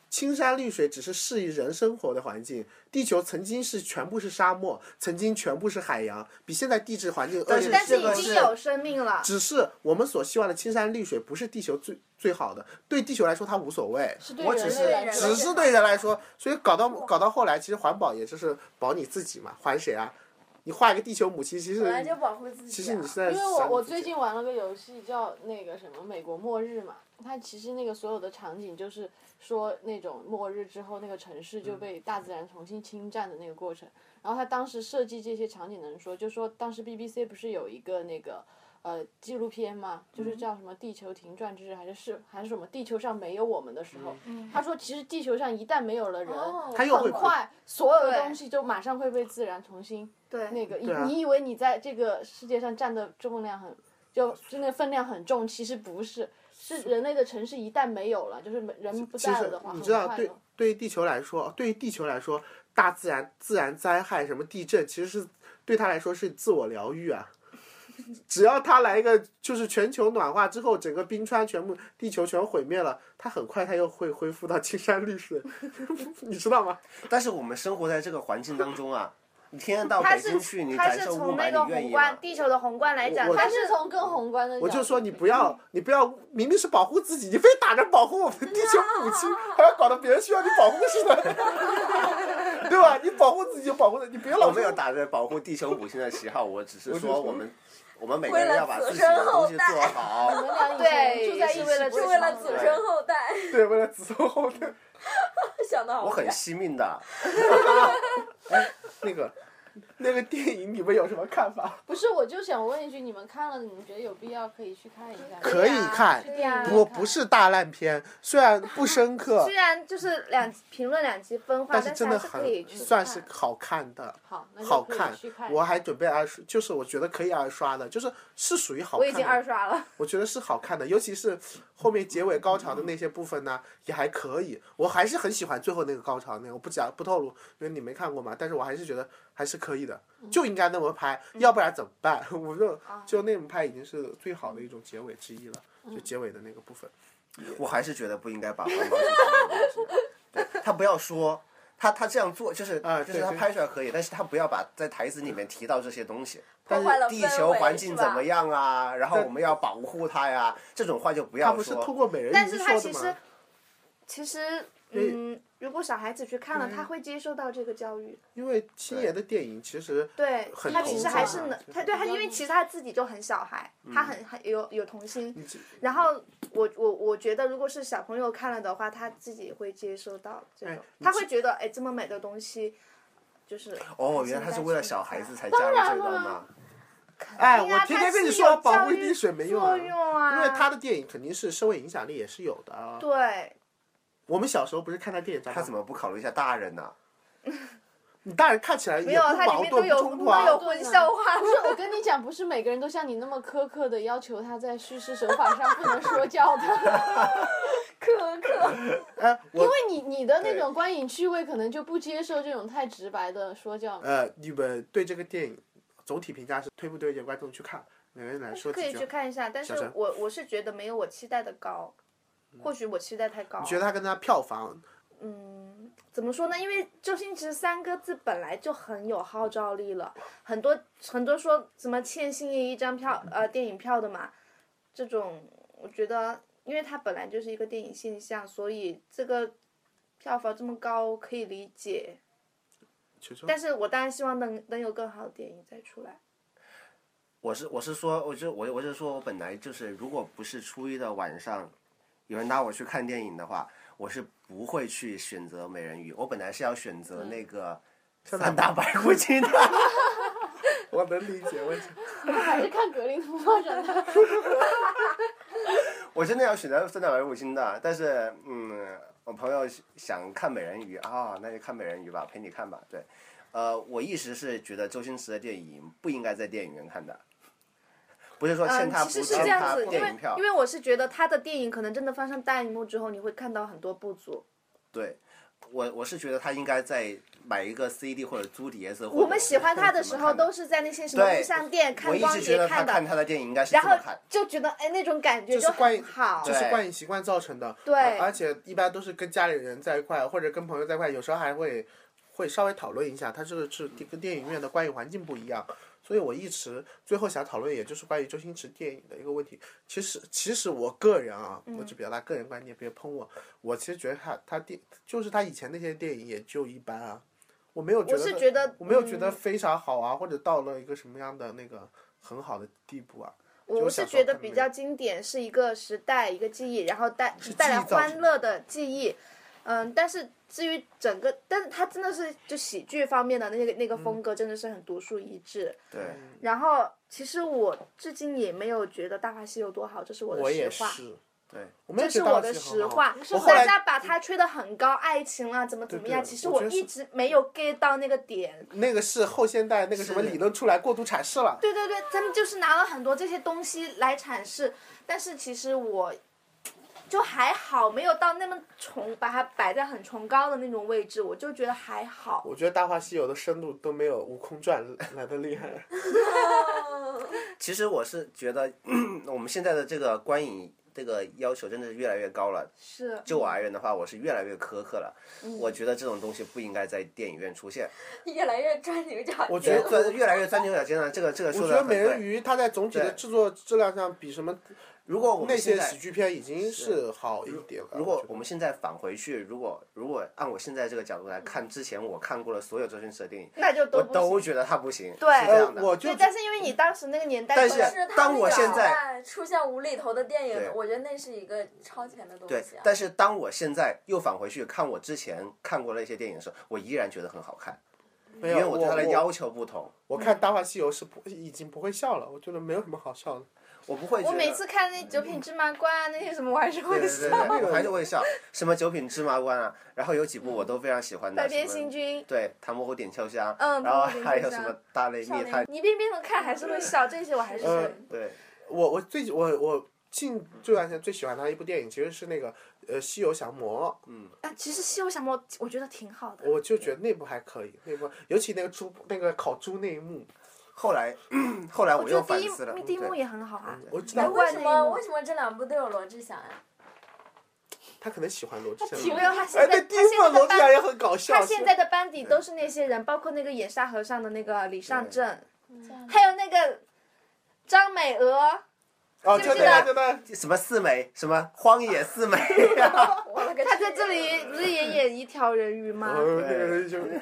A: 青山绿水只是适宜人生活的环境，地球曾经是全部是沙漠，曾经全部是海洋，比现在地质环境恶劣
G: 但是
D: 这个
G: 已经
D: 是
G: 有生命了，
A: 只是我们所希望的青山绿水不是地球最最好的，对地球来说它无所谓，
F: 是对
D: 我
F: 人
D: 只
F: 类
D: 是
F: 来说
A: 只是对人来说，所以搞到搞到后来，其实环保也就是保你自己嘛，还谁啊？你画一个地球母亲，其实
H: 本来就保护自己、啊。
A: 其实你是在
F: 因
A: 伤
F: 为我
A: 你
F: 我
A: 自
F: 最
A: 己
F: 近玩了个游戏叫那个什么《美国末日》嘛，它其实那个所有的场景就是说那种末日之后那个城市就被大自然重新侵占的那个过程。然后他当时设计这些场景的人说，就说当时 BBC 不是有一个那个呃纪录片嘛，就是叫什么《地球停转之日》还是是还是什么《地球上没有我们》的时候，他说其实地球上一旦没有了人，
H: 哦
A: 它又会
F: 很快所有的
G: 对
F: 东西就马上会被自然重新
G: 对，
F: 那个，以
A: 对啊
F: 你以为你在这个世界上占的重量很，就就那分量很重，其实不是，是人类的城市一旦没有了，就是没人不
A: 其
F: 在了
A: 实
F: 的话，
A: 你
F: 很
A: 知道，
F: 快
A: 对
F: 的
A: 对于地球来说，对于地球来说，大自然自然灾害什么地震，其实是对他来说是自我疗愈啊。 只要他来一个，就是全球暖化之后，整个冰川全部地球全毁灭了，他很快他又会恢复到青山绿水， 你知道吗？
D: 但是我们生活在这个环境当中啊，你天天到
G: 它
D: 北京去，
G: 是
D: 你
G: 它
D: 感
G: 是
D: 受
G: 从
D: 雾霾，
G: 那个
D: 你愿
G: 宏
D: 意
G: 观
D: 吗？
G: 地球的宏观来讲，
A: 我
G: 它
F: 它
G: 是
F: 是从更宏观的，
A: 我就说你不，要，你不要，明明是保护自己，你非打着保护我们地球母亲，还要搞得别人需要你保护似的， 对吧？你保护自己，保护的，你别
D: 我
A: 老
D: 没
A: 说
D: 有打着保护地球母亲的旗号，我只是
A: 我就
D: 说
A: 说
D: 我们我们每个人要把
H: 为了
D: 自
H: 子
D: 己的
H: 孙
D: 东
H: 后
D: 西
H: 代
D: 做好。
F: 你们俩以前
G: 对
F: 住在一
G: 是
F: 起
G: 为了
F: 不会
H: 是为了
F: 吵
H: 子
F: 架
D: 对
H: 孙后代，
A: 对，为了子孙后代。
H: 想到
D: 我
H: 好
D: 很
H: 远。
D: 惜命的，
A: 那个那个电影，你们有什么看法？
F: 不是，我就想问一句，你们看了，你们觉得有必要可以去看一下吗？
A: 可以看，
G: 对呀
A: 不不是大烂片，虽然不深刻
G: 虽，然就是两评论两极分化，
A: 但
G: 但
A: 真的
G: 还可以
A: 很
G: 去
A: 算
G: 看
A: 是好看的。
F: 好，那
A: 好
F: 就可以
A: 看
F: 去，看。
A: 我还准备二刷，就是我觉得可以二刷的，就是是属于好
G: 我
A: 看
G: 已
A: 的。
G: 经二刷了，
A: 我觉得是好看的，尤其是后面结尾高潮的那些部分呢，也还可以。我还是很喜欢最后那个高潮那个，我不讲不透露，因为你没看过嘛。但是我还是觉得还是可以的，
G: 嗯
A: 就应该那么拍，要不然怎么办？ 我就
G: 啊
A: 就那么拍已经是最好的一种结尾之一了，
G: 嗯
A: 就结尾的那个部分。
D: 我还是觉得不应该把环保主义对他不要说，他他这样做就是
A: 啊
D: 就
A: 对
D: 是他
A: 对
D: 拍出来可以，但是他不要把在台词里面提到这些东西。
H: 破坏了
D: 地
H: 氛
D: 球
H: 围
D: 环
H: 是
D: 境
H: 吧
D: 怎么样啊？然后
A: 但
D: 我们要保护它呀，这种话就不
A: 他
D: 要
A: 不是
D: 说。
A: 通过美人
G: 但
A: 鱼
G: 是
A: 说
G: 他
A: 的
G: 其实
A: 吗？
G: 其实嗯，如果小孩子去看了，
A: 嗯
G: 他会接受到这个教育。
A: 因为星爷的电影其实
G: 对
A: 很
G: 他其
A: 童
G: 实
A: 真
G: 还
A: 啊
G: 是能
A: 就，
G: 他对他，因为其实他自己就很小孩，
A: 嗯
G: 他很很有有童心。
A: 你这
G: 然后我我我觉得，如果是小朋友看了的话，他自己会接受到这种，他会觉得哎，这么美的东西，就是
D: 哦，
G: 还
D: 原来他
G: 应
D: 是
G: 该
D: 为了
G: 去
D: 小孩子
G: 看
D: 才加入这一段
F: 当然
D: 吗
F: 了？
A: 哎，
G: 对
A: 我
G: 啊
A: 天
G: 它
A: 天跟你
G: 是
A: 说
G: 有
A: 保
G: 教
A: 护
G: 育
A: 滴水没用
G: 作
A: 啊，
G: 用啊，
A: 因为他的电影肯定是社会影响力也是有的啊。
G: 对
A: 我们小时候不是看他电影长大，
D: 他怎么不考虑一下大人呢？
A: 你大人看起来也
G: 没有，
A: 不
G: 它里
A: 矛
G: 面都
A: 盾不
G: 有
A: 冲突
G: 都
A: 啊？
G: 有混笑话
F: 不。是，我跟你讲，不是每个人都像你那么苛刻的要求他在叙事手法上不能说教的，
H: 苛刻，
A: 哎，
F: 因
A: 我
F: 为你你的那种观影趣味可能就不接受这种太直白的说教。
A: 呃，你们对这个电影总体评价是推不推荐观众去看？每个人来说
G: 可以
A: 几
G: 去
A: 句。啊
G: 看一下，但
A: 小
G: 是
A: 陈嗯
G: 我我是觉得没有我期待的高，或许我期待太高。
A: 你觉得他跟他票房
G: 嗯，怎么说呢？因为《周星驰》三个字本来就很有号召力了，很多很多说什么欠星爷一张票呃电影票的嘛，这种我觉得，因为它本来就是一个电影现象，所以这个票房这么高可以理解。
A: 其实
G: 但是我当然希望能能有更好的电影再出来。
D: 我是我是说，我就我我是说我本来就是，如果不是初一的晚上，有人拉我去看电影的话，我是不会去选择美人鱼。我本来是要选择那个三打白骨精的。
A: 我能理解，我
F: 还是看格林童话长大。
D: 我真的要选择三打白骨精的，但是嗯，我朋友想看美人鱼啊、那就看美人鱼吧，陪你看吧。对，呃，我一直是觉得周星驰的电影不应该在电影院看的，不是说欠
G: 嗯，
D: 他
G: 其
D: 不
G: 实是
D: 欠
G: 这样
D: 他
G: 子，因
D: 电
G: 为
D: 影票
G: 因，为我是觉得他的电影可能真的放上大荧幕之后，你会看到很多不足。
D: 对。我我是觉得他应该在买一个 CD 或者租碟子。或者
G: 我们喜欢他的时候，都是在那些什么
D: 对
G: 录像店
D: 我
G: 看
D: 一
G: 光
D: 直觉
G: 碟
D: 得他
G: 看
D: 看
G: 的，
D: 他的电影应该是
G: 然
D: 这
G: 后
D: 么看。
G: 就觉得哎那种感觉
A: 就是观影
G: 很好。
A: 这是
D: 对
A: 观影习惯造成的，
G: 对
A: 而而且一般都是跟家里人在一块，或者跟朋友在一块，有时候还会会稍微讨论一下，它这个是跟电影院的观影环境不一样，所以我一直最后想讨论，也就是关于周星驰电影的一个问题。其实其实我个人啊，我
G: 嗯
A: 只表达个人观点，别喷我。我其实觉得他他电就是他以前那些电影也就一般啊，我没有觉
G: 我
A: 得
G: 是觉得，嗯
A: 我没有觉得非常好啊，或者到了一个什么样的那个很好的地步啊。
G: 嗯，我
A: 就小
G: 是
A: 时候
G: 觉得
A: 看
G: 比
A: 没
G: 较经典，是一个时代一个记忆，然后带带来
A: 记忆造
G: 欢
A: 成
G: 乐的记忆。嗯，但是至于整个，但是他真的是就喜剧方面的那个
A: 嗯
G: 那个风格，真的是很独树一帜。
D: 对，
G: 然后，其实我至今也没有觉得《大话西游》多好，这是我
A: 我
G: 的
A: 也
G: 实话。
A: 是，
D: 对，
A: 我没有觉
G: 这是
A: 得大
G: 我的
A: 西
G: 实
A: 很好
G: 话
A: 我，后
G: 大
A: 来嗯
G: 家把它吹得很高，爱情啊，怎么怎么样，
A: 对对
G: 其实
A: 我
G: 我
A: 觉得
G: 一
A: 是
G: 直没有 get 到那个点。
A: 那个是后现代那个什么
D: 是
A: 理论出来过度阐释了。
G: 对对对，他们就是拿了很多这些东西来阐释，但是其实我就还好，没有到那么崇，把它摆在很崇高的那种位置，我就觉得还好。
A: 我觉得《大话西游》的深度都没有《悟空传》 来的厉害。
D: 其实我是觉得我们现在的这个观影这个要求真的是越来越高了。
G: 是，
D: 就我而言的话，我是越来越苛刻了。
G: 嗯
D: 我觉得这种东西不应该在电影院出现，
H: 越来越钻牛角尖。
A: 我觉
D: 越
A: 得
D: 钻越来越钻牛角尖了。这个这个
A: 我
D: 说
A: 觉
D: 的
A: 得《
D: 很
A: 美人
D: 对。
A: 鱼》它在总体的
D: 对
A: 制作质量上比什么
D: 如果我
A: 那
D: 们现
A: 些
D: 在
A: 喜剧片已经是好一点了。
D: 如果
A: 觉
D: 我
A: 得
D: 们现在返回去，如果如果按我现在这个角度来看，之前我看过的所有周星驰的电影，
G: 那就
D: 我
G: 都不
D: 都
G: 行
D: 觉得他不行，
G: 对
D: 是这样
A: 呃，
D: 的。
A: 我就
G: 对，但是因为你当时那个年代，
D: 但
G: 是
D: 是
H: 是他
D: 当
H: 那
D: 我
H: 个
D: 现在
H: 出现无厘头的电
D: 对
H: 影，我觉得那是一个超前的东
D: 对
H: 西、啊，。
D: 但是当我现在又返回去看我之前看过的一些电影的时候，我依然觉得很好看，
A: 没
D: 因
A: 有
D: 为
A: 我
D: 对它的要
A: 我
D: 求不同，
A: 我看《大话西游》是不已经不会笑了，我觉得没有什么好笑的。
D: 我不会觉
G: 我
D: 得。
G: 每次看那九品芝麻官啊，那些什么，我还是
D: 对
G: 会
D: 对
G: 笑
D: 对。对，我还 是会笑。什么九品芝麻官啊，然后有几部我都非常喜欢的。
G: 嗯百变
D: 什么
G: 星君
D: 对，唐伯虎点秋香。
G: 嗯
D: 然后
G: 唐伯虎点
D: 还有
G: 秋
D: 什么
G: 香
D: 大内密探？
G: 你一遍遍的看还是会笑，这些我还是
A: 呃
H: 哎
G: 会。
D: 对，
A: 我我最我我近这段时间最喜欢他的一部电影其实是那个呃《西游降魔》，
G: 啊，其实《西游降魔》我觉得挺好的。
A: 我就觉得那部还可以，那部尤其那个猪那个烤猪那一幕，
D: 后来 后来我
G: 觉
D: 又
G: 得第
D: 反
G: 一
D: 思了。
G: 第一幕
D: 对
G: 也很好啊。
A: 我知
H: 哎
A: 道
G: 难怪
H: 为什
G: 那
H: 么
G: 个
H: 为什么这两部都有罗志祥啊？
A: 他可能喜欢罗志祥。
F: 挺
G: 没有他
A: 哎
G: 现，在
A: 那第
G: 他
A: 一
G: 现在
A: 部罗
G: 的
A: 志祥也
G: 班
A: 很搞笑。
G: 他现在的班底都是那些人，包括那个演沙和尚的那个李尚正，
H: 这样
G: 还有那个张美娥，啊
A: 哦，
G: 记
A: 就
G: 不记
A: 那个，就
G: 得
A: 那个，
D: 什么四美，什么荒野四美，
H: 我了个
G: 他在这里不是也演一条人鱼吗？
D: 呃
A: 嗯，那个就是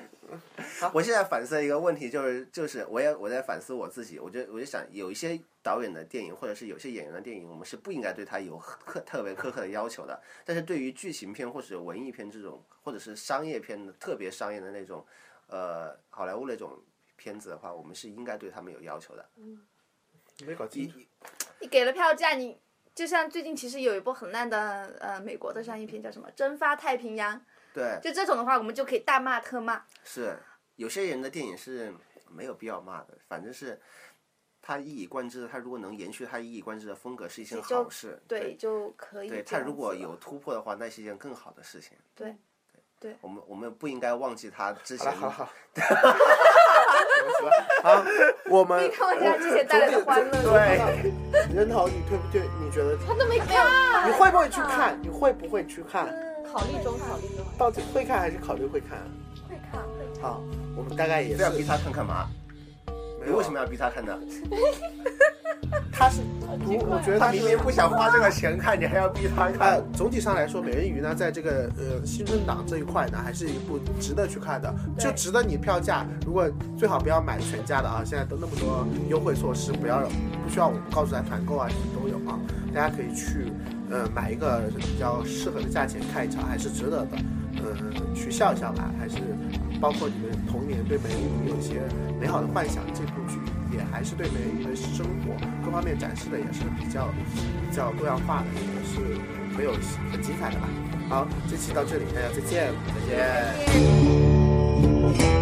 D: 我现在反思一个问题，就是就是我也我在反思我自己，我就我就想，有一些导演的电影或者是有些演员的电影，我们是不应该对他有苛特别苛刻的要求的。但是对于剧情片或者文艺片这种，或者是商业片的特别商业的那种，呃，好莱坞那种片子的话，我们是应该对他们有要求的。
A: 没搞
D: 一
A: 清楚。
G: 你给了票价，你就像最近其实有一部很烂的呃美国的商业片叫什么《蒸发太平洋》，
D: 对，
G: 就这种的话，我们就可以大骂特骂。
D: 是有些人的电影是没有必要骂的，反正是他一以贯之的，他如果能延续他一以贯之的风格，是一件
G: 就
D: 好事。
G: 对，就可以这
D: 对
G: 样子
D: 他
G: 了。
D: 如果有突破的话，那是一件更好的事情。
G: 对
D: 对，
G: 对
D: 我们我们不应该忘记他之
A: 好
D: 前
A: 了，好了，好了。 好，我们
G: 你看 我家之前带来的 欢乐，
D: 对
A: 人头，你对不对？你觉得
F: 他都没看，
A: 你会不会去看？你会不会去看？
F: 考虑中，考虑中。
A: 到底会看还是考虑会看？
H: 会看会看。
A: 好，我们大概也
D: 非
A: 是
D: 要逼他看干嘛？
A: 没
D: 你
A: 有
D: 为什么要逼他看呢？
A: 他是我我觉得
D: 他
A: 他
D: 明
A: 是
D: 明不想花这个钱看，你还要逼他
A: 呃
D: 看？，
A: 总体上来说，《美人鱼》呢，在这个呃新春档这一块呢，还是一部值得去看的，就值得你票价。如果最好不要买全价的啊，现在都那么多优惠措施，不要不需要我们告诉大家团购啊，什么都有啊，大家可以去呃买一个比较适合的价钱看一场，还是值得的。呃，去笑一笑吧，还是包括你们童年对美人鱼有一些美好的幻想，这部剧也还是对美人鱼的生活各方面展示的也是比较比较多样化的，也是很有很精彩的吧。好，这期到这里，大家再见。
D: 再见。
G: 对